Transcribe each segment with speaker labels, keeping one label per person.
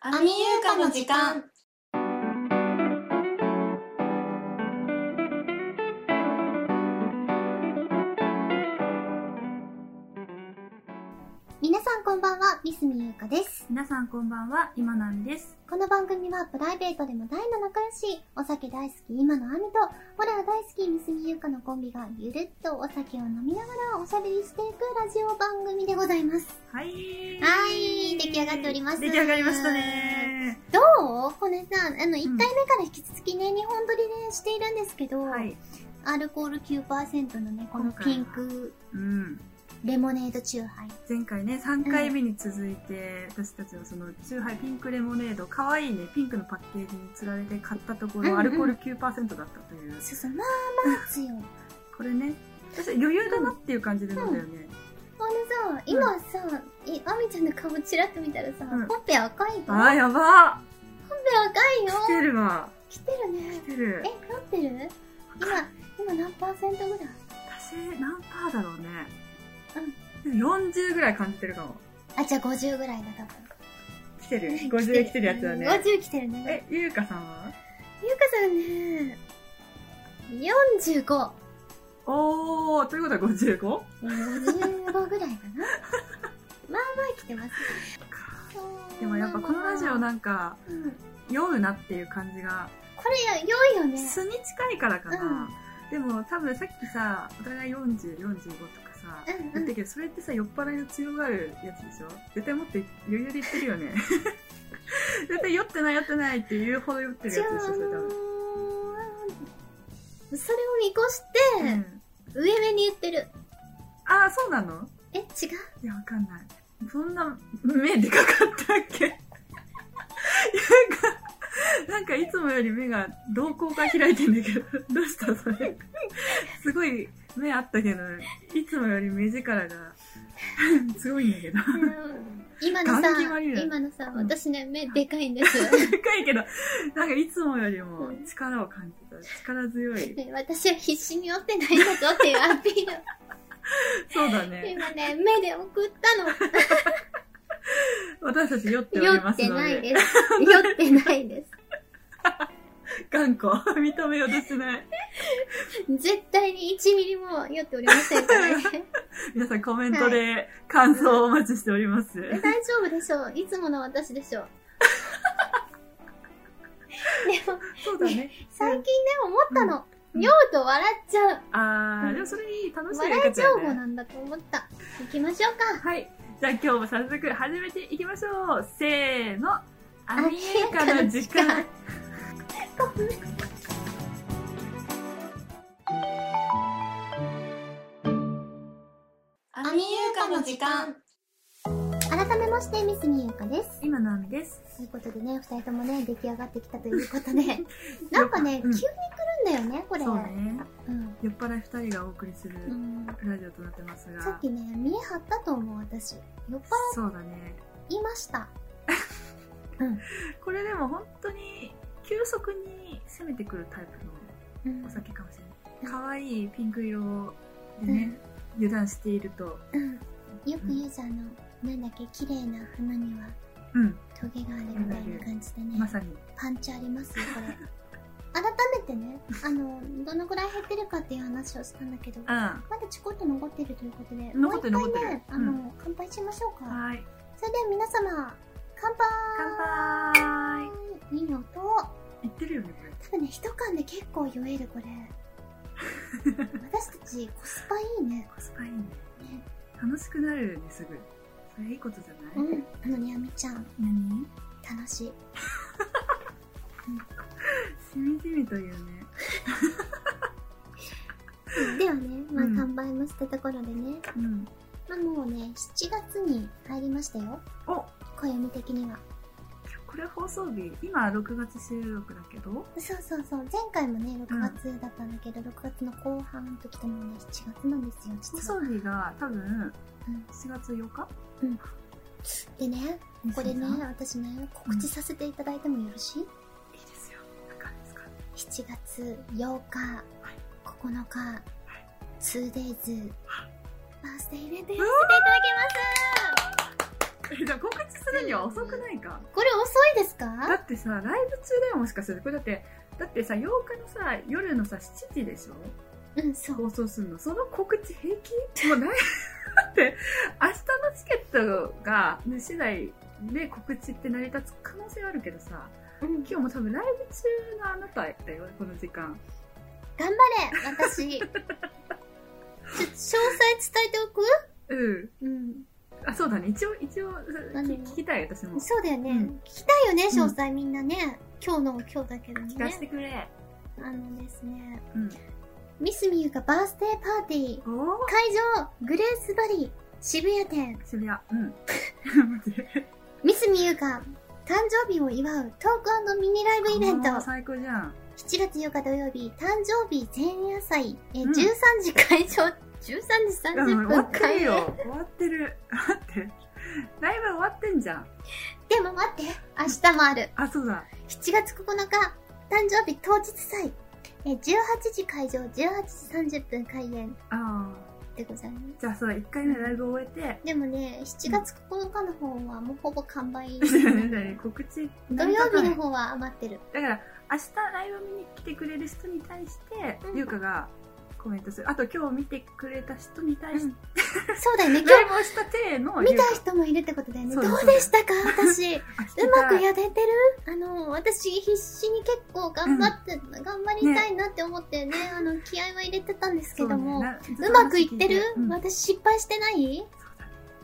Speaker 1: アミユーカの時間。
Speaker 2: 皆さんこんばんは、ミスミユうかです。
Speaker 3: 皆さんこんばんは、今のあみです。
Speaker 2: この番組はプライベートでも大の仲良し、お酒大好き今のあみと、ホラー大好きミスミユうかのコンビがゆるっとお酒を飲みながらおしゃべりしていくラジオ番組でございます。
Speaker 3: はい。
Speaker 2: はい出来上がっております
Speaker 3: 出来上がりましたね。
Speaker 2: どうこれさ、あの、1回目から引き続きね、日本撮りでしているんですけど、
Speaker 3: はい。
Speaker 2: アルコール9%のね、この
Speaker 3: 今回は
Speaker 2: ピンク
Speaker 3: うん。
Speaker 2: レモネードチューハイ。
Speaker 3: 前回ね、3回目に続いて、私たちのその、チューハイピンクレモネード、可愛いね、ピンクのパッケージに釣られて買ったとこ
Speaker 2: うんう
Speaker 3: ろ、
Speaker 2: ん
Speaker 3: アルコール9%だったという。
Speaker 2: そうそう、まあまあ強い。
Speaker 3: これね、私余裕だなっていう感じで飲んだよね。
Speaker 2: あのさ、今さ、え、あみちゃんの顔ちらっと見たらさ、
Speaker 3: うん
Speaker 2: ほっぺ赤いの
Speaker 3: あー、やば
Speaker 2: ほっぺ
Speaker 3: ー来
Speaker 2: 赤い
Speaker 3: て
Speaker 2: よ
Speaker 3: るわ。
Speaker 2: 来てるね
Speaker 3: 来。てる
Speaker 2: え、。なってる今、今何パーセントぐらい
Speaker 3: 私、何パーだろうね。うん。40ぐらい感じてるかも。
Speaker 2: あ、じゃあ50ぐらいだ、多
Speaker 3: 来てる。
Speaker 2: 分。
Speaker 3: 50来てるやつだね。
Speaker 2: 50来てるね。
Speaker 3: え、ゆうかさんは
Speaker 2: ゆうかさんね、45。
Speaker 3: おー、ということは 55?
Speaker 2: 55ぐらいか な。まあまあ来てます。そう
Speaker 3: でもやっぱこのラジオ、なんか、
Speaker 2: うん、
Speaker 3: 酔うなっていう感じが、
Speaker 2: これ良いよね。
Speaker 3: 素に近いからかな。
Speaker 2: うん
Speaker 3: でも多分さっきさ、お互い40、45とかさ、
Speaker 2: うんうん
Speaker 3: 言ったけど、それってさ、酔っ払いの強がるやつでしょ絶対もっと余裕で言ってるよ ね。絶対酔ってない酔ってないって言うほど酔ってる
Speaker 2: じゃ
Speaker 3: や
Speaker 2: あ、
Speaker 3: つ
Speaker 2: あの
Speaker 3: でしょ、それ多分。
Speaker 2: ーそれを見越し
Speaker 3: う
Speaker 2: て、
Speaker 3: ん、
Speaker 2: 上目に言ってる。
Speaker 3: ああ、そうなの
Speaker 2: え、違う
Speaker 3: いや、わかんない。そんな、目でかかったっけ なんか、なんかいつもより目が、瞳孔が開いてんだけど、 どうしたそれ。すごい目あったけど、いつもより目力が、 すごいんだけど。
Speaker 2: 今のさ
Speaker 3: 眼球悪い、な
Speaker 2: 今のさ、
Speaker 3: うん
Speaker 2: 私ね、目でかいんです。
Speaker 3: でかいけど、なんかいつもよりも力を感じた。力強い。
Speaker 2: ね私は必死に追ってないんだぞっていうアピール
Speaker 3: そうだ
Speaker 2: を
Speaker 3: ね。
Speaker 2: 今ね、目で送ったの。
Speaker 3: 私たち酔ってお
Speaker 2: 酔
Speaker 3: りま
Speaker 2: っ
Speaker 3: す
Speaker 2: て
Speaker 3: の
Speaker 2: ない
Speaker 3: で、
Speaker 2: です。酔ってないです。
Speaker 3: 頑固。認めようとしない。
Speaker 2: 絶対に1ミリも酔っておりませんから ね。
Speaker 3: 皆さんコメントで感想をお待ちしております。
Speaker 2: 大丈夫でしょう。いつもの私でしょう。 でも、
Speaker 3: そうだね。
Speaker 2: 最近ね、思ったの。
Speaker 3: うん
Speaker 2: 酔うと笑っちゃう。
Speaker 3: あ
Speaker 2: う
Speaker 3: ー、
Speaker 2: ん
Speaker 3: でもそれいい、楽しいやり
Speaker 2: 笑い情
Speaker 3: 方よ
Speaker 2: 報
Speaker 3: ね。
Speaker 2: なんだと思った。行きましょうか。
Speaker 3: はい。じゃあ今日も早速始めていきましょう。せーの。アニエカの時間。
Speaker 1: アミユーカの時間。
Speaker 2: 改めまして、ミスミユカです。
Speaker 3: 今のあみです。
Speaker 2: ということでね、二人ともね、出来上がってきたということで、なんかね、
Speaker 3: う
Speaker 2: 急
Speaker 3: ん
Speaker 2: に来るんだよね、これ。
Speaker 3: そうね。
Speaker 2: うん
Speaker 3: 酔っ払い二人がお送りする
Speaker 2: うん
Speaker 3: ラジオとなってます
Speaker 2: さ
Speaker 3: が
Speaker 2: っ。きね、見え張ったと思う、私。酔っ
Speaker 3: そうだね。
Speaker 2: 払いました。
Speaker 3: これでも本当に、急速に攻めてくるタイプの
Speaker 2: うん
Speaker 3: お酒かもしれない。可愛いピンク色でね、油断していると。
Speaker 2: うんよく言うじゃん、あの、なんだっけ、綺麗な花には
Speaker 3: うん、
Speaker 2: トゲがあるみたいな感じでね、
Speaker 3: まさに。
Speaker 2: パンチありますよ、これ。改めてね、あの、どのくらい減ってるかっていう話をしたんだけど、
Speaker 3: うん。
Speaker 2: ま
Speaker 3: は
Speaker 2: だちょこっと残ってるということで、もう
Speaker 3: 残っ
Speaker 2: 一
Speaker 3: て
Speaker 2: 回
Speaker 3: る残ってる
Speaker 2: ね、あ
Speaker 3: う
Speaker 2: の、乾杯しましょうか。
Speaker 3: い。
Speaker 2: それでは皆様、乾
Speaker 3: 乾
Speaker 2: 杯
Speaker 3: 杯
Speaker 2: いい音。
Speaker 3: 言ってるよね、これ。
Speaker 2: 多分ね、一缶で結構酔える、 これ。私たち、コスパいいね。
Speaker 3: コスパいいね。楽しくなるね、すぐ。それいいことじゃ
Speaker 2: う
Speaker 3: ない、
Speaker 2: ん。あのね、あみちゃん、
Speaker 3: 何
Speaker 2: 楽しい。
Speaker 3: しみじみというね。
Speaker 2: ではね、まあ、
Speaker 3: うん
Speaker 2: 乾杯もしたところでね、
Speaker 3: うん。
Speaker 2: まあもうね、7月に入りましたよ。
Speaker 3: お
Speaker 2: 暦的には。
Speaker 3: これ放送日、今6月収録だけど、
Speaker 2: そうそうそう、前回もね、6月だったんだけど、6月の後半の時ともね、7月なんですよ、
Speaker 3: 放
Speaker 2: 実は。
Speaker 3: 送日が多分
Speaker 2: うん
Speaker 3: 7月8日
Speaker 2: でね、これね
Speaker 3: いい、
Speaker 2: 私ね、告知させていただいてもよろしい
Speaker 3: ですよ。なんかですか
Speaker 2: ?7 月8日、9日、2days、バースデーイベントやらせていただきます
Speaker 3: えじゃあ告知するには遅くないか
Speaker 1: これ遅いです
Speaker 3: だ
Speaker 1: か
Speaker 3: ってさライブ中だよもしかしてこれだってだってさ8日のさ夜のさ7時でしょ
Speaker 1: うん、そう。
Speaker 3: 放送するのその告知平気もうない だって明日のチケットが、ね、次第で告知って成り立つ可能性はあるけどさ
Speaker 1: うん、
Speaker 3: 今日も多分ライブ中のあなただよこの時間
Speaker 1: 頑張れ私。ちょっと詳細伝えておく
Speaker 3: うん
Speaker 1: うん。
Speaker 3: あそうだね一応一応
Speaker 1: 何
Speaker 3: き聞きたい私も
Speaker 1: そうだよね。
Speaker 3: うん
Speaker 1: 聞きたいよね、
Speaker 3: ん
Speaker 1: 詳細みんなね。今日の今日だけども
Speaker 3: 聞かせ
Speaker 1: ね。
Speaker 3: てくれ、
Speaker 1: あのですね、
Speaker 3: うん、
Speaker 1: ミスミユがバースデーパーティー。
Speaker 3: おお
Speaker 1: 会場、グレースバリー、渋谷店。
Speaker 3: 渋谷 うん待って
Speaker 1: ミスミユが誕生日を祝うトークミニライブイベント。
Speaker 3: あー最高じゃん
Speaker 1: 7月8日土曜日、誕生日前夜祭、え
Speaker 3: うん
Speaker 1: 13時会場、13時
Speaker 3: う
Speaker 1: 30
Speaker 3: ん終
Speaker 1: 分
Speaker 3: わって
Speaker 1: 開演。
Speaker 3: るよ終わってる待ってライブ終わってんじゃん
Speaker 1: でも待って、明日もある。
Speaker 3: あそうだ
Speaker 1: 7月9日、誕生日当日祭、え18時会場、18時30分開演
Speaker 3: ああ
Speaker 1: でございます。
Speaker 3: じゃあそうだ1回目ライブ終えて
Speaker 1: でもね、7月9日の方はもうほぼ完売。
Speaker 3: 土 告知
Speaker 1: 土曜日の方は余ってる。
Speaker 3: だから明日ライブ見に来てくれる人に対して、
Speaker 1: うん
Speaker 3: ゆうかがコメントするあと今日見てくれた人に対して、
Speaker 1: うんそうだよね、今
Speaker 3: ライブをした体の
Speaker 1: 日見
Speaker 3: ゆうか
Speaker 1: た人もいるってことだよね。ど
Speaker 3: そううです
Speaker 1: でしたか私。
Speaker 3: あ聞きたいう
Speaker 1: まくやれてるあの、私必死に結構頑張って、頑張りたいなって思ってね、あの、気合は入れてたんですけども、う
Speaker 3: そうねな
Speaker 1: まくいってる
Speaker 3: ずと話聞いうん
Speaker 1: 私失敗してない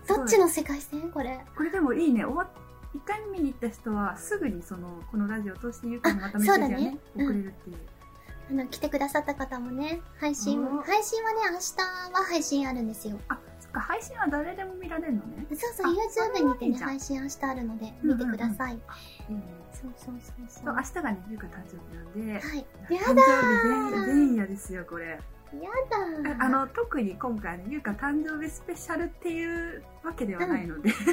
Speaker 3: そう
Speaker 1: どっちの世界線これ。
Speaker 3: これでもいいね終わっ一回見に行った人はすぐにそのこのラジオを通してゆうかにまたメッセージ
Speaker 1: あ
Speaker 3: をね
Speaker 1: そうだねうん
Speaker 3: 送れるっていう、
Speaker 1: あの、来てくださった方もね、配信
Speaker 3: お、ー
Speaker 1: 配信はね、明日は配信あるんですよ。
Speaker 3: あそっか配信は誰でも見られるのね
Speaker 1: そうそ
Speaker 3: あ
Speaker 1: う、YouTube にて
Speaker 3: それはいい
Speaker 1: ね、
Speaker 3: じゃん
Speaker 1: 配信明日あるので、
Speaker 3: うん
Speaker 1: 見
Speaker 3: うんう
Speaker 1: て
Speaker 3: ん
Speaker 1: ください。
Speaker 3: いいね
Speaker 1: そうそうそうそ。
Speaker 3: そうう
Speaker 1: は
Speaker 3: 明日がねゆうか誕生日なんで、
Speaker 1: い。
Speaker 3: 誕
Speaker 1: やだ
Speaker 3: 生日前前夜ですよこれ
Speaker 1: やだ
Speaker 3: あの特に今回ねゆうか誕生日スペシャルっていうわけではないので、
Speaker 1: そ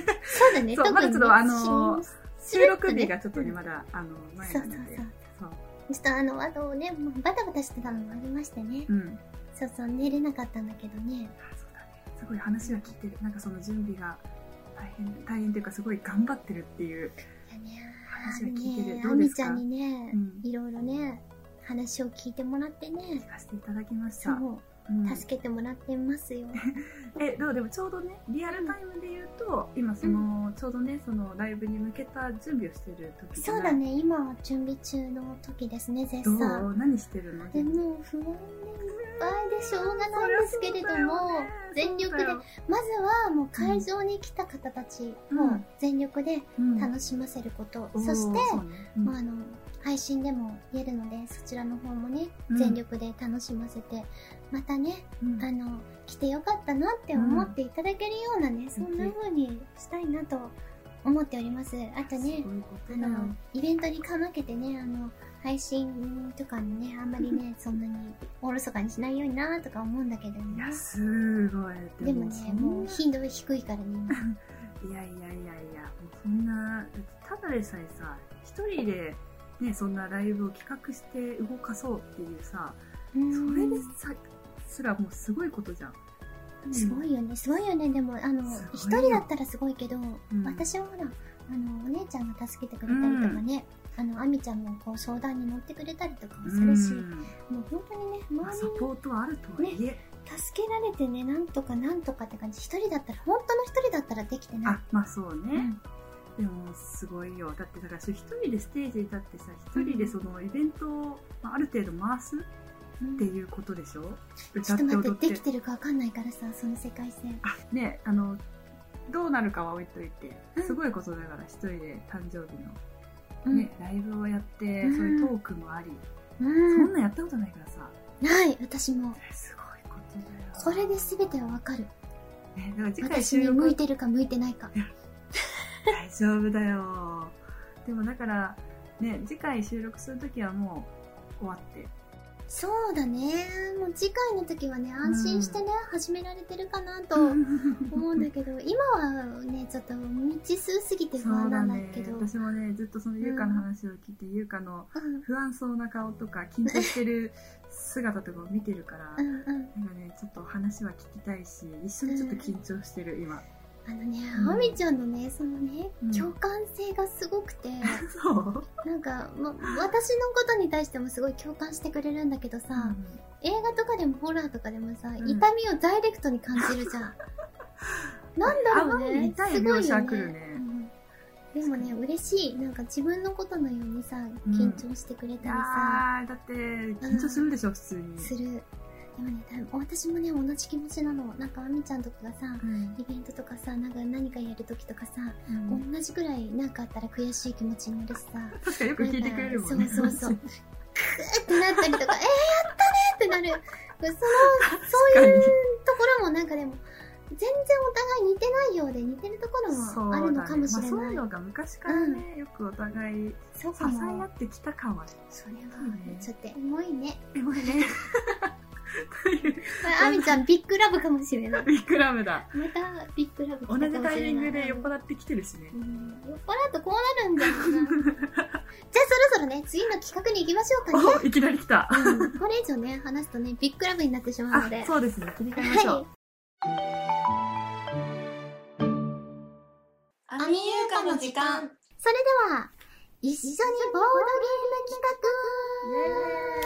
Speaker 1: うだね、
Speaker 3: そう
Speaker 1: 特
Speaker 3: まだ
Speaker 1: に
Speaker 3: ち
Speaker 1: ね、
Speaker 3: ょっとあの
Speaker 1: し
Speaker 3: 収録日がちょっとね
Speaker 1: うん
Speaker 3: まだあの前
Speaker 1: そう
Speaker 3: な
Speaker 1: そう
Speaker 3: ので
Speaker 1: そう。
Speaker 3: そう
Speaker 1: ちょっとあの、あとね、もうバタバタしてたのもありましてね。
Speaker 3: うん
Speaker 1: そうそう、寝れなかったんだけどね
Speaker 3: あ。そうだねすごい話は聞いてるなんかその準備が大変大変というかすごい頑張ってるっていう、
Speaker 1: いやね
Speaker 3: 話を聞いてる
Speaker 1: ね
Speaker 3: ど
Speaker 1: あ
Speaker 3: うで
Speaker 1: み
Speaker 3: す
Speaker 1: ち
Speaker 3: か
Speaker 1: ゃんにね
Speaker 3: う、ん、
Speaker 1: いろいろね、話を聞いてもらってね
Speaker 3: 聞、かせていただきまし
Speaker 1: そ
Speaker 3: た、
Speaker 1: う、
Speaker 3: うん
Speaker 1: 助けてもらってます よ。
Speaker 3: えどうでもちょうどねリアルタイムで言うと、今その、ちょうどねそのライブに向けた準備をしてる時じゃ
Speaker 1: そう
Speaker 3: な
Speaker 1: だ
Speaker 3: い
Speaker 1: ね、今は準備中の時ですね、絶
Speaker 3: ど
Speaker 1: 賛。
Speaker 3: う何してるの
Speaker 1: でも、不安でいっぱいでしょうがないんですけれども、全力で、まずはもう会場に来た方たち、
Speaker 3: うん
Speaker 1: もう全力で
Speaker 3: 楽
Speaker 1: 楽しませること、そして、まあ、あの配信でも言えるのでそちらの方もね、
Speaker 3: うん
Speaker 1: 全力で楽しませてまたねあの来てよかったなって思っていただけるようなね、そんな風にしたいなと思っておりますあとねあのイベントにかまけてねあの配信とかにねあんまり ねそんなにおろそかにしないようになとか思うんだけど
Speaker 3: い
Speaker 1: ね
Speaker 3: やすごい
Speaker 1: でもねもう頻度が低いからね
Speaker 3: いやいやいやいやもうそんなただでさえさ一人でねそんなライブを企画して動かそうっていうさ
Speaker 1: 今
Speaker 3: それで
Speaker 1: うん
Speaker 3: さすらもうすごいことじゃん
Speaker 1: すごいよね、すごいよね。でも、あの
Speaker 3: す、
Speaker 1: 一
Speaker 3: ごいよ
Speaker 1: 人だったらすごいけど、
Speaker 3: ん
Speaker 1: 私はほら、あの、お姉ちゃんが助けてくれたりとかね、あの、あみちゃんもこう相談に乗ってくれたりとかもするし、もう本当にね、
Speaker 3: まあサ
Speaker 1: 周り
Speaker 3: ポートはあるとはいえ、
Speaker 1: に助けられてね、なんとかなんとかって感じ、一人だったら、本当の一人だったらできてない
Speaker 3: あ。まあそうね、
Speaker 1: うん
Speaker 3: でもすごいよだってだからそう一人でステージに立ってさ一人でそのイベントを、まあ、ある程度回すっ
Speaker 1: うん
Speaker 3: ていうことでしょ、
Speaker 1: ち
Speaker 3: 歌
Speaker 1: ょって
Speaker 3: っ
Speaker 1: と待
Speaker 3: 踊
Speaker 1: っ
Speaker 3: っ
Speaker 1: て、
Speaker 3: て
Speaker 1: できてるかわかんないからさ、その世界線。
Speaker 3: あねあのどうなるかは置いといて
Speaker 1: うん
Speaker 3: すごいことだから一人で誕生日
Speaker 1: う
Speaker 3: の、
Speaker 1: ん
Speaker 3: ねライブをやって、
Speaker 1: うん
Speaker 3: そういうトークもあり、
Speaker 1: う
Speaker 3: そん
Speaker 1: ん。
Speaker 3: なんやったことないからさ
Speaker 1: ない、私も。
Speaker 3: すごいことだよ
Speaker 1: これで全てはわかる。
Speaker 3: ね、だから次回
Speaker 1: 私
Speaker 3: 収
Speaker 1: に向
Speaker 3: 録
Speaker 1: いてるか向いてないか。
Speaker 3: 大丈夫だよでもだからね次回収録するときはもう終わって
Speaker 1: そうだね。もう次回の時はね、安心してね、始められてるかなと思うんだけど、今はね、ちょっと未知数すぎて不
Speaker 3: そう
Speaker 1: 安な
Speaker 3: だ
Speaker 1: んだ
Speaker 3: ね
Speaker 1: けど。
Speaker 3: 私もねずっとその優香の話を聞いて優香、の
Speaker 1: うん
Speaker 3: 不安そうな顔とか緊張してる姿とかを見てるから
Speaker 1: うんうん。
Speaker 3: なんかねちょっと話は聞きたいし一緒にちょっと緊張してる今
Speaker 1: あのね
Speaker 3: う、ん
Speaker 1: あみちゃんのね、そのね
Speaker 3: うん、
Speaker 1: 共感性がすごく て、
Speaker 3: そう
Speaker 1: なんか、ま、私のことに対してもすごい共感してくれるんだけどさ、映画とかでもホラーとかでもさ、
Speaker 3: ん
Speaker 1: 痛みをダイレクトに感じるじゃん。なんだろう
Speaker 3: あまり
Speaker 1: ね、
Speaker 3: 痛い
Speaker 1: すごいよ
Speaker 3: 描写来る
Speaker 1: ね
Speaker 3: ね
Speaker 1: うんでもね、嬉しい。なんか自分のことのようにさ、
Speaker 3: ん
Speaker 1: 緊張してくれたりさ、
Speaker 3: あーだって緊張するでしょ、普通に
Speaker 1: する。でもね、た私もね、同じ気持ちなの。なんかあみちゃんとかがさ、イベントとかさ、なんか何かやるときとかさ、
Speaker 3: うん
Speaker 1: 同じくらいなんかあったら悔しい気持ちになるしさ。
Speaker 3: 確かによく聞いてくれるもんね
Speaker 1: そうそうそ う。クーってなったりとか、えー、やったねってなる。その
Speaker 3: 確かに
Speaker 1: ところもなんかでも、全然お互い似てないようで似てるところもあるのかもしれ
Speaker 3: そうだねまあ、そう
Speaker 1: ないい。
Speaker 3: うのが昔からね、よくお互い
Speaker 1: そう
Speaker 3: 支
Speaker 1: か
Speaker 3: え合
Speaker 1: も。
Speaker 3: ってきた感は
Speaker 1: それは
Speaker 3: ね
Speaker 1: ちょっとエモいね。
Speaker 3: エモいねという
Speaker 1: これあみちゃんビッグラブかもしれない。
Speaker 3: ビッグラムだ
Speaker 1: またビッグラブ来たか
Speaker 3: 同
Speaker 1: もしれない
Speaker 3: じタイミングで酔っ払ってきてるしね
Speaker 1: うん酔っ払うとこうなるんだよな。じゃあそろそろね、次の企画に行きましょう かね。
Speaker 3: おいきなり来た
Speaker 1: うんこれ以上ね、話すとね、ビッグラブになってしまうの
Speaker 3: あ
Speaker 1: で。
Speaker 3: そうですね切り替えましょう、
Speaker 2: アミユーカの時間。
Speaker 1: それでは、一緒にボ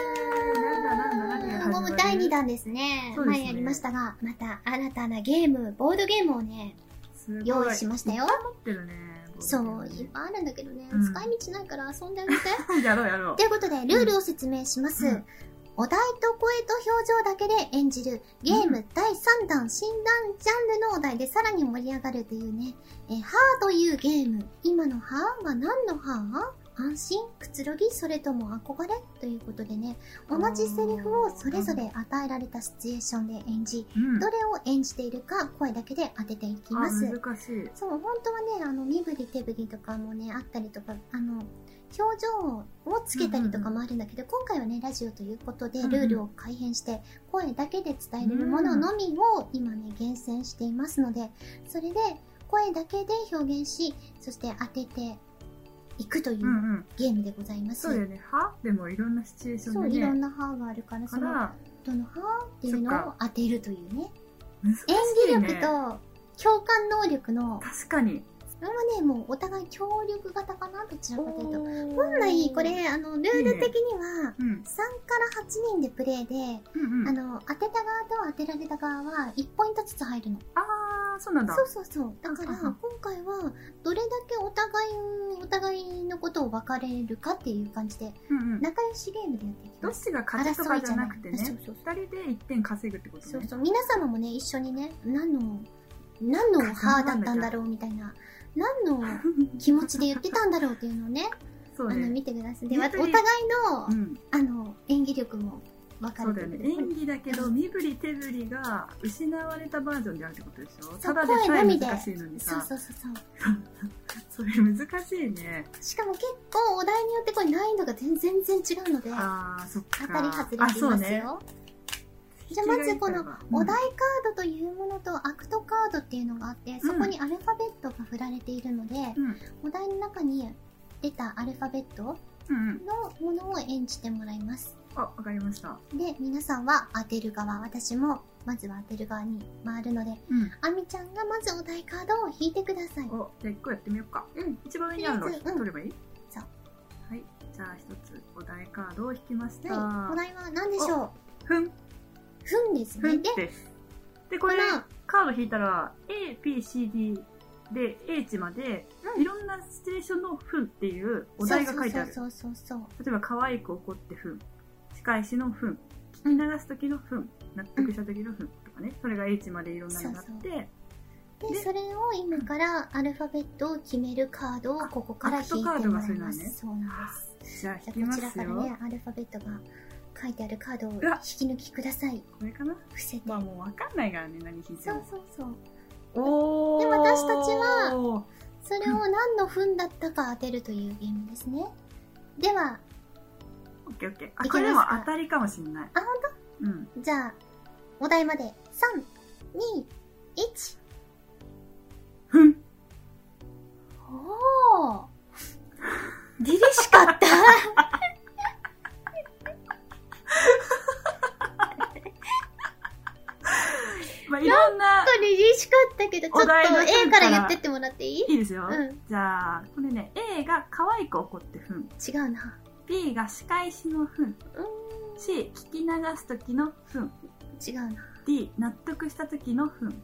Speaker 1: ードゲーム企
Speaker 3: なんだなんだ
Speaker 1: 画
Speaker 3: なんだ
Speaker 1: もう第2弾ですね。
Speaker 3: そうですね
Speaker 1: 前やりましたが、また新たなゲーム、ボードゲームをね、
Speaker 3: すごい
Speaker 1: 用意しましたよ
Speaker 3: いっぱい持ってるね
Speaker 1: そう、いっぱいあるんだけどね、
Speaker 3: うん
Speaker 1: 使い道ないから遊んであげて。
Speaker 3: やろうやろう
Speaker 1: ということで、ルールを説明します。
Speaker 3: うん
Speaker 1: お題と声と表情だけで演じるゲーム第3弾、診断ジャンルのお題でさらに盛り上がるというね、えー、はーというゲーム。今のはーは何のはー安心、くつろぎ、それとも憧れということでね、同じセリフをそれぞれ与えられたシチュエーションで演じ、
Speaker 3: うん
Speaker 1: どれを演じているか声だけで当てていきます。
Speaker 3: あ難しい
Speaker 1: そう、本当はね、あの、身振り手振りとかもね、あったりとか、あの、表情をつけたりとかもあるんだけど、今回はね、ラジオということで、
Speaker 3: うんうん
Speaker 1: ルールを改変して、声だけで伝えれるもののみを今ね、厳選していますので、それで、声だけで表現し、そして当てていくとい
Speaker 3: うん
Speaker 1: う
Speaker 3: うん
Speaker 1: ゲームでございます。
Speaker 3: そうだよね歯でもいろんなシチュエーショ
Speaker 1: そう、
Speaker 3: ン
Speaker 1: い
Speaker 3: で
Speaker 1: ろん
Speaker 3: ね
Speaker 1: な歯があるから、
Speaker 3: か
Speaker 1: その、
Speaker 3: ら
Speaker 1: どの歯っていうのを当てるというね。
Speaker 3: 難しい
Speaker 1: 演
Speaker 3: ね
Speaker 1: 技力と共感能力の
Speaker 3: 確かに
Speaker 1: これはね、もうお互い協力型かな、どちらかというと。
Speaker 3: 本
Speaker 1: 本来、これ、あの、ルール的には、
Speaker 3: うん
Speaker 1: 3から8人でプレイで、
Speaker 3: うんうん
Speaker 1: あの、当てた側と当てられた側は1ポイントずつ入るの。
Speaker 3: あーそうなんだ
Speaker 1: そうそうそう。だから、
Speaker 3: あああ
Speaker 1: 今回は、どれだけお互い、お互いのことを分かれるかっていう感じで、
Speaker 3: うんうん
Speaker 1: 仲良しゲームでやっていき
Speaker 3: ど
Speaker 1: ま
Speaker 3: っ
Speaker 1: す。
Speaker 3: ちが勝ちとかじゃなくてね、
Speaker 1: 争いじ
Speaker 3: 二
Speaker 1: ゃないそうそう
Speaker 3: 人で1点稼ぐってことね。
Speaker 1: そうそう。皆様もね、一緒にね、何の、何の歯だったんだろうみたいな、何の気持ちで言ってたんだろうっていうのをね、
Speaker 3: そう
Speaker 1: あの
Speaker 3: ね。
Speaker 1: 見てください。で、
Speaker 3: 本
Speaker 1: わお
Speaker 3: 当に
Speaker 1: 互いの、
Speaker 3: うん、
Speaker 1: あの、演技力も分か
Speaker 3: そ
Speaker 1: る
Speaker 3: うだよね。演技だけど、身振り手振りが失われたバージョンであるってことでしょただでさえ
Speaker 1: 声のみで
Speaker 3: 難しいのに
Speaker 1: そう
Speaker 3: さ。
Speaker 1: そうそうそう。
Speaker 3: それ難しいね。
Speaker 1: しかも結構お題によってこれ難易度が全全然違うので、
Speaker 3: あー、そっか。
Speaker 1: 当たり外れがあり
Speaker 3: そう
Speaker 1: ます
Speaker 3: ね。
Speaker 1: よ。じゃあまずこのお題カ
Speaker 3: うん
Speaker 1: ードというものとアクトカードっていうのがあって、そこにアルファベットが振られているので、
Speaker 3: うん
Speaker 1: お題の中に出たアルファベットの
Speaker 3: うんうん。
Speaker 1: ものを演じてもらいます。
Speaker 3: あ、わかりました。
Speaker 1: で、皆さんは当てる側、私もまずは当てる側に回るので、
Speaker 3: うん。
Speaker 1: あみちゃんがまずお題カードを引いてください。
Speaker 3: お、じゃあ1個やってみようか。
Speaker 1: うん。
Speaker 3: 一番上にあるの
Speaker 1: とりあえずうん
Speaker 3: 取ればいい
Speaker 1: そう。
Speaker 3: はい。じゃあ1つお題カードを引きまし
Speaker 1: はい。お
Speaker 3: た。
Speaker 1: 題は何でしょう
Speaker 3: ふん、
Speaker 1: ふんです
Speaker 3: ふ
Speaker 1: ね。
Speaker 3: ん
Speaker 1: で、
Speaker 3: です。で、こ
Speaker 1: こ
Speaker 3: れ、
Speaker 1: の、
Speaker 3: カード引いたら A、B、C、D で H まで、
Speaker 1: うん
Speaker 3: いろんなシチュエーションの「ふん」っていうお題が書いてある
Speaker 1: そうそうそうそう
Speaker 3: 例えば可愛く怒って「ふん」仕返しの「ふん」聞き流す時の「ふん」納得した時の「ふん」とかねそれが H までいろんなのがあって
Speaker 1: そう。で、
Speaker 3: で
Speaker 1: それを今からアルファベットを決めめるカードをここから引いてもらい
Speaker 3: あア
Speaker 1: ま
Speaker 3: クトカードがそういうの
Speaker 1: す。
Speaker 3: ね
Speaker 1: そうなんです。
Speaker 3: じゃあ
Speaker 1: じ
Speaker 3: 引
Speaker 1: ゃあ
Speaker 3: き
Speaker 1: こ
Speaker 3: ま
Speaker 1: ちら
Speaker 3: す
Speaker 1: から
Speaker 3: よ、
Speaker 1: ね、アルファベットが書いてあるカードを引
Speaker 3: うわ
Speaker 1: き抜きください。
Speaker 3: これかな
Speaker 1: 伏せて。
Speaker 3: まあもう分かんないからね何引いて
Speaker 1: そう
Speaker 3: も
Speaker 1: そうそう。
Speaker 3: お
Speaker 1: で私たち
Speaker 3: は
Speaker 1: それを何のふんだったか当てるというゲームです ね。では、
Speaker 3: オッケーオッケーあ
Speaker 1: いけますか
Speaker 3: これでも当たりかもしれない
Speaker 1: あ
Speaker 3: 本当うん
Speaker 1: じゃあ、お題まで、3、2、1。
Speaker 3: ふ ん
Speaker 1: おー凛々しかった
Speaker 3: まあいろんな
Speaker 1: と凛々しかったけど、ちょっと
Speaker 3: 題の
Speaker 1: ちょっと A
Speaker 3: 文
Speaker 1: か
Speaker 3: から
Speaker 1: ら言ってってもらっていい
Speaker 3: いいですよ。
Speaker 1: うん
Speaker 3: じゃあ、これね、A が可愛く怒ってふん。
Speaker 1: 違うな
Speaker 3: B が仕返しのふん。
Speaker 1: う
Speaker 3: C、聞き流す時のふん。
Speaker 1: 違うな
Speaker 3: D、納得した時のふん。
Speaker 1: 違う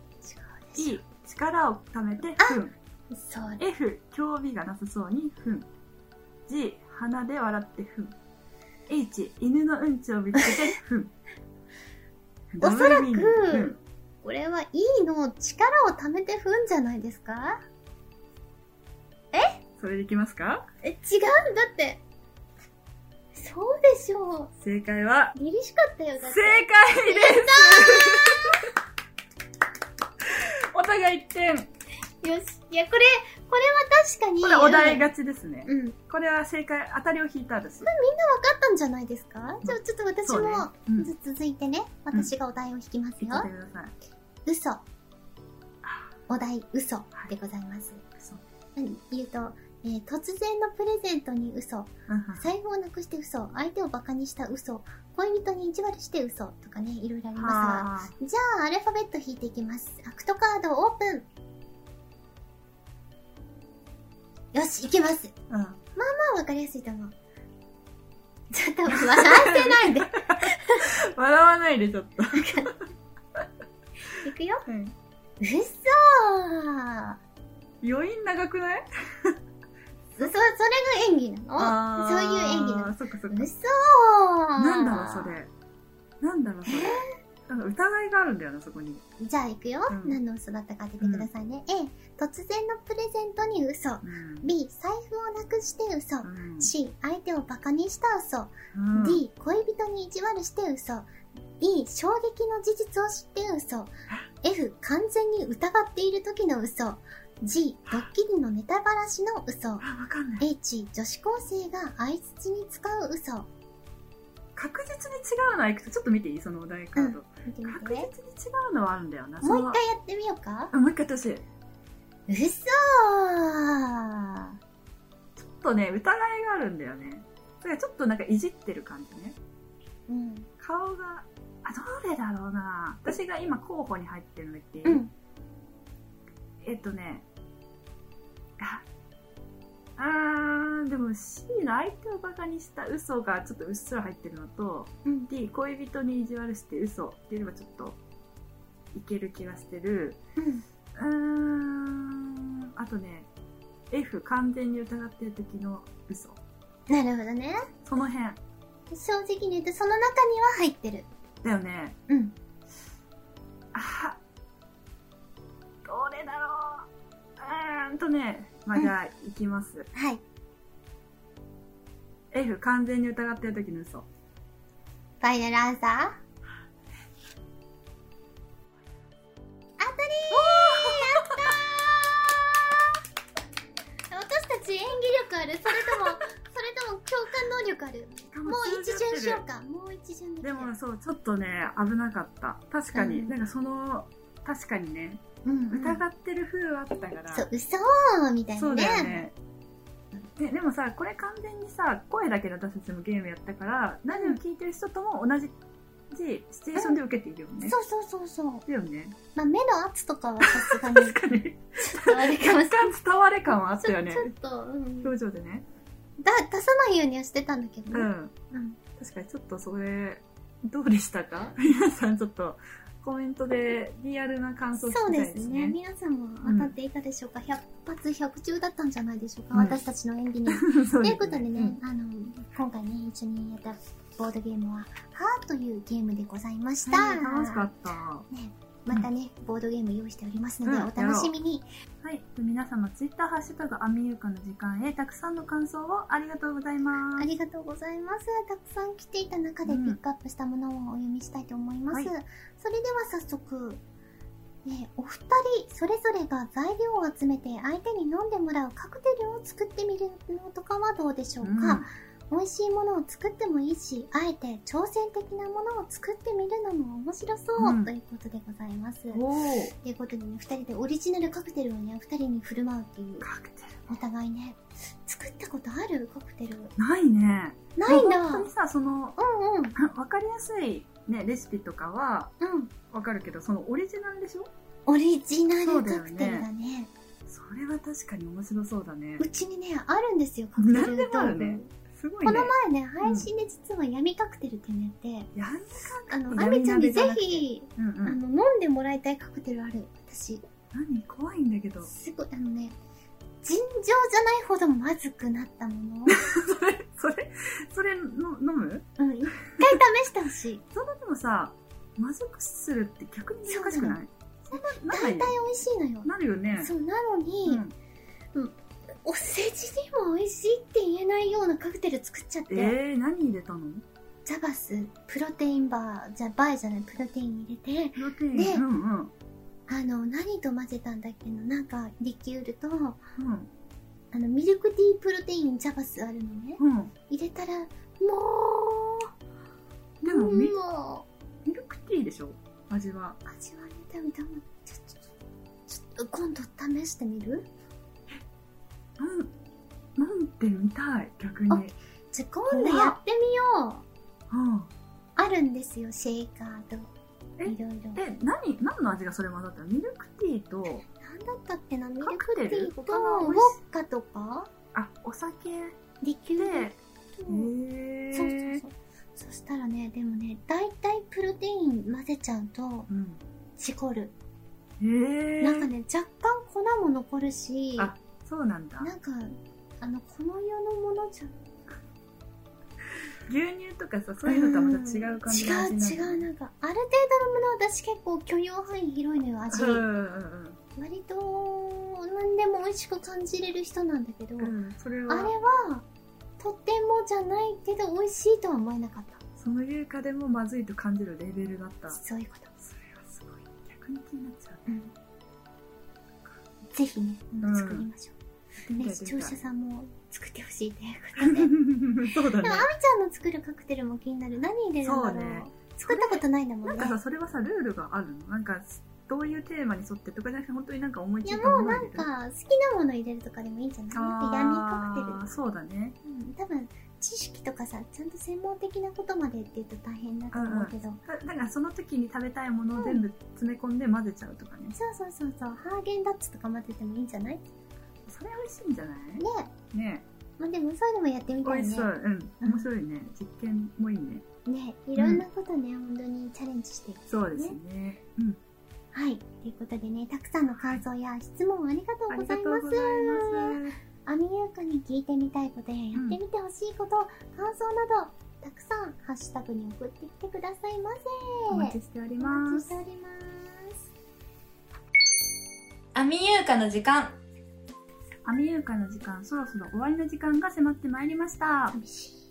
Speaker 1: でし
Speaker 3: E、力をためてふん。
Speaker 1: ょそう
Speaker 3: F、興味がなさそうにふん。G、鼻で笑ってふん。H、犬のうんちを見つけてふ ん。
Speaker 1: おそらく
Speaker 3: ダブルミーニングふん
Speaker 1: これは E の力を貯めて踏んじゃないですか
Speaker 3: それでいきますか
Speaker 1: え違うんだってそうでしょ
Speaker 3: 正解は、
Speaker 1: う凛々しかったよ
Speaker 3: 正
Speaker 1: だっ
Speaker 3: 解
Speaker 1: て
Speaker 3: です お互い1点。
Speaker 1: よしいやこれこれは確かに
Speaker 3: これお題勝ちですね。
Speaker 1: うん分か
Speaker 3: これは正解、当たりを引いたんです。
Speaker 1: ったんじゃないですかじゃあちょっと私
Speaker 3: そうね
Speaker 1: も、
Speaker 3: うん。
Speaker 1: ず続いてね私がお題を引きます
Speaker 3: 言
Speaker 1: よ、
Speaker 3: ってください。
Speaker 1: 嘘お題嘘でございます、
Speaker 3: 嘘
Speaker 1: うん言うと、えー突然のプレゼントに嘘
Speaker 3: うん
Speaker 1: 財布をなくして嘘相手をバカにした嘘恋人に意地悪して嘘とかねいろいろありますが
Speaker 3: はあ
Speaker 1: じゃあアルファベット引いていきますアクトカードオープンよしいけます
Speaker 3: うん
Speaker 1: まあわかりやすいと思うちょっと笑 ってないで
Speaker 3: 笑わないでちょっ と。はい
Speaker 1: くよ嘘
Speaker 3: 余韻長くない
Speaker 1: そそれが演技なの
Speaker 3: あー
Speaker 1: そういう演技なの
Speaker 3: そっかそっか。
Speaker 1: 嘘
Speaker 3: なんだろうそれ。なんだろうそれ。なんか疑いがあるんだよな、そこに。
Speaker 1: じゃあ行くよ、
Speaker 3: うん
Speaker 1: 何の嘘だったか当ててくださいね、A 突然のプレゼントに嘘
Speaker 3: うん。
Speaker 1: B 財布をなくして嘘、
Speaker 3: うん
Speaker 1: C 相手をバカにした嘘、
Speaker 3: うん
Speaker 1: D 恋人に意地悪して嘘 E 衝撃の事実を知って嘘 F 完全に疑っている時の嘘 G ドッキリのネタバラシの嘘
Speaker 3: あ、わかんない。
Speaker 1: H 女子高生が相槌に使う嘘
Speaker 3: 確実に違うのはいくつちょっと見ていいそのお題カード。
Speaker 1: 見てみ
Speaker 3: 確
Speaker 1: て
Speaker 3: 実に違うのはあるんだよな。
Speaker 1: もう一
Speaker 3: その
Speaker 1: 回やってみようか
Speaker 3: うんもう一回やってほしい。ち
Speaker 1: 嘘
Speaker 3: ょっとね、疑いがあるんだよね。だからちょっとなんかいじってる感じね。
Speaker 1: うん
Speaker 3: 顔が、あ、どれだろうな私が今候補に入ってるのって、
Speaker 1: うん
Speaker 3: えっとね、あ、あー、でも C の相手をバカにした嘘がちょっとうっすら入ってるのと、
Speaker 1: うん、
Speaker 3: D、恋人に意地悪して嘘っていうのがちょっといける気がしてる。
Speaker 1: うん
Speaker 3: うーん、あとね、F、完全に疑ってる時の嘘。
Speaker 1: なるほどね
Speaker 3: その辺。
Speaker 1: 正直に言ってその中には入ってる
Speaker 3: だよね。
Speaker 1: うん
Speaker 3: あどれだろううーんとね、まあ、じゃあ、いきます。
Speaker 1: はい
Speaker 3: F、完全に疑ってる時の嘘。
Speaker 1: ファイナルアンサー当たりーやったー私たち演技力あるそれともそれとも共感能力あるもう一巡しようかもう一巡でき
Speaker 3: で
Speaker 1: る
Speaker 3: も、そう、ちょっとね、危なかった。確かに、
Speaker 1: うん
Speaker 3: なんかその、確かにね、
Speaker 1: うんうん、
Speaker 3: 疑ってる風はあったから。
Speaker 1: そう嘘ーみたい
Speaker 3: そ
Speaker 1: な
Speaker 3: う
Speaker 1: ね
Speaker 3: だよね。ででもさ、これ完全にさ、声だけで私たちもゲームやったから、何を聞いてる人とも同じシチュエーションで受けているよね。
Speaker 1: そうそうそうそう
Speaker 3: だよね。
Speaker 1: まあ目の圧とかはさすがにちょっ
Speaker 3: 確かに。
Speaker 1: とあれかもしれない
Speaker 3: 若干伝われ感はあったよね
Speaker 1: ちょ。ちょっと、うん、だ
Speaker 3: 表情でね。
Speaker 1: 出さないようにはしてたんだけど
Speaker 3: う
Speaker 1: ね、
Speaker 3: ん。
Speaker 1: うん
Speaker 3: 確かにちょっとそれ、どうでしたか皆さんちょっとコメントでリアルな感想
Speaker 1: そ
Speaker 3: を聞き
Speaker 1: う
Speaker 3: たい
Speaker 1: で
Speaker 3: ですす
Speaker 1: ね。
Speaker 3: ね。
Speaker 1: 皆さんも当たっていたでしょうか、?100 発100中だったんじゃないでしょうか、
Speaker 3: うん
Speaker 1: 私たちの演技に。
Speaker 3: そうですね。
Speaker 1: ということでね、あの、今回ね、一緒にやったボードゲームは、はーというゲームでございまし
Speaker 3: うん。
Speaker 1: た。
Speaker 3: はい楽しかった。は
Speaker 1: ね、またね、ボードゲーム用意しておりますので、
Speaker 3: うん
Speaker 1: お楽しみに。
Speaker 3: い。皆様、ツイッター、ハッシュタグ、アミユカの時間へ、たくさんの感想をありがとうございま
Speaker 1: あ
Speaker 3: す。
Speaker 1: りがとうございます。たくさん来ていた中でピ
Speaker 3: うん
Speaker 1: ックアップしたものをお読みしたいと思います。
Speaker 3: は
Speaker 1: それでは早速、ね、お二人それぞれが材料を集めて相手に飲んでもらうカクテルを作ってみるのとかはどうでしょうか、美味しいものを作ってもいいし、あえて挑戦的なものを作ってみるのも面白そう、
Speaker 3: うん
Speaker 1: ということでございます。
Speaker 3: うん、おー。
Speaker 1: ということでね、二人でオリジナルカクテルをね、二人に振る舞うっていう。
Speaker 3: カクテ
Speaker 1: お互いね、作ったことあるカクテル。
Speaker 3: ル。ないね。
Speaker 1: ないな
Speaker 3: 本当にさ、その、
Speaker 1: うんうん。
Speaker 3: わかりやすいね、レシピとかは、
Speaker 1: うん。
Speaker 3: わかるけど、そのオリジナルでしょ
Speaker 1: オリジナルカクテル
Speaker 3: そうだ
Speaker 1: だ
Speaker 3: よ
Speaker 1: ね。
Speaker 3: それは確かに面白そうだね
Speaker 1: う。ちにね、あるんですよ、カクテル道具。
Speaker 3: なんでもあるねすごい
Speaker 1: こ
Speaker 3: ね。
Speaker 1: の前ね、配信で実は闇カクテルっていうのやって、
Speaker 3: やんなか
Speaker 1: あの、ア
Speaker 3: 闇
Speaker 1: ミちゃんに
Speaker 3: 鍋じゃ
Speaker 1: ぜ
Speaker 3: なくて
Speaker 1: ひ、
Speaker 3: うんう
Speaker 1: あ
Speaker 3: ん。
Speaker 1: の、飲んでもらいたいカクテルある。私、
Speaker 3: 何怖いんだけど。
Speaker 1: すごい、あのね、尋常じゃないほどまずくなった ものを、
Speaker 3: それ、それ、それの飲む
Speaker 1: うん、一回試してほしい。
Speaker 3: それでもさ、まずくするって逆に難しくないそんな、な
Speaker 1: 大
Speaker 3: らな
Speaker 1: 体
Speaker 3: い
Speaker 1: 美味しいのよ。
Speaker 3: なるよね。
Speaker 1: そう、なのに、
Speaker 3: うん
Speaker 1: お世辞にも美味しいって言えないようなカクテル作っちゃって、
Speaker 3: えー、何入れたの
Speaker 1: ジャバス、プロテインバー、じゃ、バーじゃない、プロテイン入れて、
Speaker 3: プロテイン。
Speaker 1: ね
Speaker 3: うんうん。
Speaker 1: あの、何と混ぜたんだっけな、なんか、リキュールと、あ
Speaker 3: うん。
Speaker 1: の、ミルクティープロテインジャバスあるのね。
Speaker 3: うん。
Speaker 1: 入れたら、もう、
Speaker 3: でもミ
Speaker 1: も
Speaker 3: ミルクティーでしょ味は。
Speaker 1: う、味わえたみたいな。ちょ、ちょ、ちょ、ちょ今度試してみる
Speaker 3: なん、飲んでみたい、逆に。
Speaker 1: あじゃ、今度やってみよう。
Speaker 3: うん。
Speaker 1: あるんですよ、シェイカーと。
Speaker 3: え
Speaker 1: いろいろ。
Speaker 3: え、何、何の味がそれ混ざったのミルクティーと、
Speaker 1: なんだったっけな、ミル
Speaker 3: カ
Speaker 1: ク
Speaker 3: ク
Speaker 1: テ
Speaker 3: テル
Speaker 1: ィーと、ウ
Speaker 3: 他の
Speaker 1: ォ
Speaker 3: 美
Speaker 1: ッ
Speaker 3: 味し
Speaker 1: カとか、
Speaker 3: あ、お酒で、
Speaker 1: リキュール
Speaker 3: へ
Speaker 1: と、
Speaker 3: え。
Speaker 1: そうそうそう。そしたらね、でもね、大体プロテイン混ぜちゃうと、
Speaker 3: うん。
Speaker 1: しこる。
Speaker 3: へえ。
Speaker 1: なんかね、若干粉も残るし、な
Speaker 3: あそうなんだ。
Speaker 1: んか、あの、この世のものじゃ、
Speaker 3: 牛乳とかさ、そういうのとはまた違う感じの
Speaker 1: 違う
Speaker 3: 味
Speaker 1: 違
Speaker 3: な
Speaker 1: う、
Speaker 3: の
Speaker 1: なんか、ある程度のもの、私結構許容範囲広いのよ、味。
Speaker 3: うんうん
Speaker 1: 割と、何でも美味しく感じれる人なんだけど、
Speaker 3: うん。うん、それ
Speaker 1: あれ
Speaker 3: は、
Speaker 1: は、とてもじゃないけど、美味しいとは思えなかった。
Speaker 3: その優香でもまずいと感じるレベルだった。そ
Speaker 1: そういうこと。
Speaker 3: れはすごい。逆に気になっちゃう。
Speaker 1: うん。ぜひね、
Speaker 3: うん
Speaker 1: 作りましょう。
Speaker 3: や
Speaker 1: ね、
Speaker 3: って
Speaker 1: 視聴
Speaker 3: みたい
Speaker 1: 者さんも作ってほしいということで。
Speaker 3: そうだ
Speaker 1: で
Speaker 3: ね
Speaker 1: も、。あみちゃんの作るカクテルも気になる。何入れるんだろう。
Speaker 3: そうね
Speaker 1: 作ったことないんだも
Speaker 3: なんん
Speaker 1: ね
Speaker 3: か。さ、それはさ、ルールがあるのなんか、どういうテーマに沿ってとかじゃなくて、本当になんか思い
Speaker 1: い
Speaker 3: つ
Speaker 1: や、
Speaker 3: いた
Speaker 1: も
Speaker 3: も
Speaker 1: う
Speaker 3: の
Speaker 1: な
Speaker 3: を入
Speaker 1: ん
Speaker 3: れる。
Speaker 1: か、好きなもの入れるとかでもいいんじゃないなんか闇カ
Speaker 3: あ
Speaker 1: ク
Speaker 3: ーそうだね。
Speaker 1: テル。うん、多分、知識とかさ、ちゃんと専門的なことまでって言うと大変だと思うけど。
Speaker 3: だだからその時に食べたいものを全部詰め込んで混ぜちゃうとかね。
Speaker 1: そうそうそうそう、ハーゲンダッツとか混ぜてもいいんじゃないね
Speaker 3: それ美味しいんじゃないね
Speaker 1: まあでも、そういうのもやってみた
Speaker 3: 美
Speaker 1: い
Speaker 3: 味し
Speaker 1: ね
Speaker 3: そ。う。うん。面白いね。実験もいいね。
Speaker 1: ね、いろんなことね、本当にチャレンジしていき
Speaker 3: そうですね。うん。
Speaker 1: はい。ということでね、たくさんの感想や質問ありがと
Speaker 3: あ
Speaker 1: うご
Speaker 3: り
Speaker 1: ざ
Speaker 3: が
Speaker 1: い
Speaker 3: とう
Speaker 1: ます
Speaker 3: ござ。います。
Speaker 1: アミユーカに聞いてみたいことややってみてほしいこと、感想など、たくさんハッシュタグに送ってきてくださいませ。
Speaker 3: お待ちしており
Speaker 1: お待
Speaker 3: ま
Speaker 1: ちし
Speaker 3: す
Speaker 1: てお。ります。
Speaker 2: アミユーカの時間。
Speaker 3: アミユーカの時間、そろそろ終わりの時間が迫ってまいりました。
Speaker 1: 寂しい。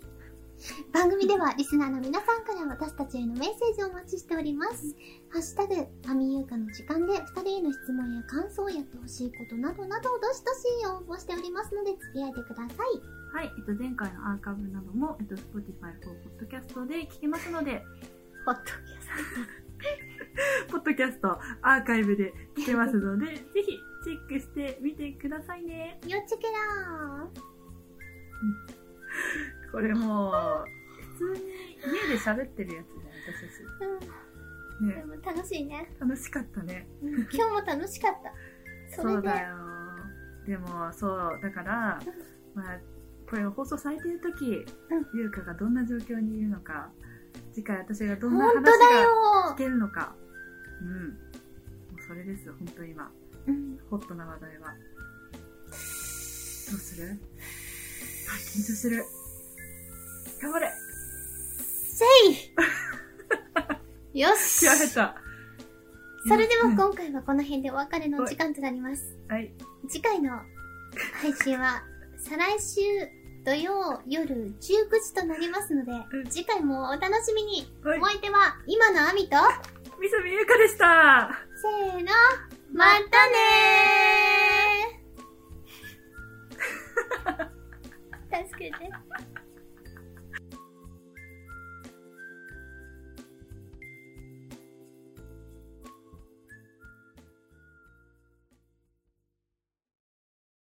Speaker 1: 番組ではリスナーの皆さんから私たちへのメッセージをお待ちしております。ハッシュタグ、アミユーカの時間で2人への質問や感想をやってほしいことなどなど、どしどし応募しておりますので、付き合いてください。
Speaker 3: はい。えっと、前回のアーカイブなども、えっと、Spotify と Podcast で聞けますので、
Speaker 1: ホットキャス
Speaker 3: ポッドキャスト、アーカイブで聞けますので、ぜひチェックしてみてくださいね。
Speaker 1: ト。よっちけらー。
Speaker 3: これもう、普通に家で喋ってるやつじゃ
Speaker 1: うん、
Speaker 3: ん、
Speaker 1: で
Speaker 3: 私たち。
Speaker 1: も
Speaker 3: ね、
Speaker 1: 楽しいね。
Speaker 3: 楽しかったね。
Speaker 1: うん今日も楽しかった。そ
Speaker 3: そ
Speaker 1: れ
Speaker 3: う
Speaker 1: で、
Speaker 3: だよ。でも、そう、だから、まあ、これが放送されてる時、
Speaker 1: う
Speaker 3: 優香がどんな状況にいるのか、次回私がどんな
Speaker 1: 本当
Speaker 3: 話
Speaker 1: だ
Speaker 3: が聞
Speaker 1: よ、
Speaker 3: けるのか、うん。もうそれです、本当今。
Speaker 1: うん、
Speaker 3: ホットな話題は。どうするあ、緊張する。頑張れ
Speaker 1: せいよし
Speaker 3: 気合入った。
Speaker 1: それでは今回はこの辺でお別れのお時間となります。
Speaker 3: はい。
Speaker 1: 次回の配信は、再来週土曜夜19時となりますので
Speaker 3: うん、
Speaker 1: 次回もお楽しみに。
Speaker 3: はい
Speaker 1: お。相手は、今のアミと、
Speaker 3: みさみゆかでした
Speaker 1: せーの、またねー 助けて。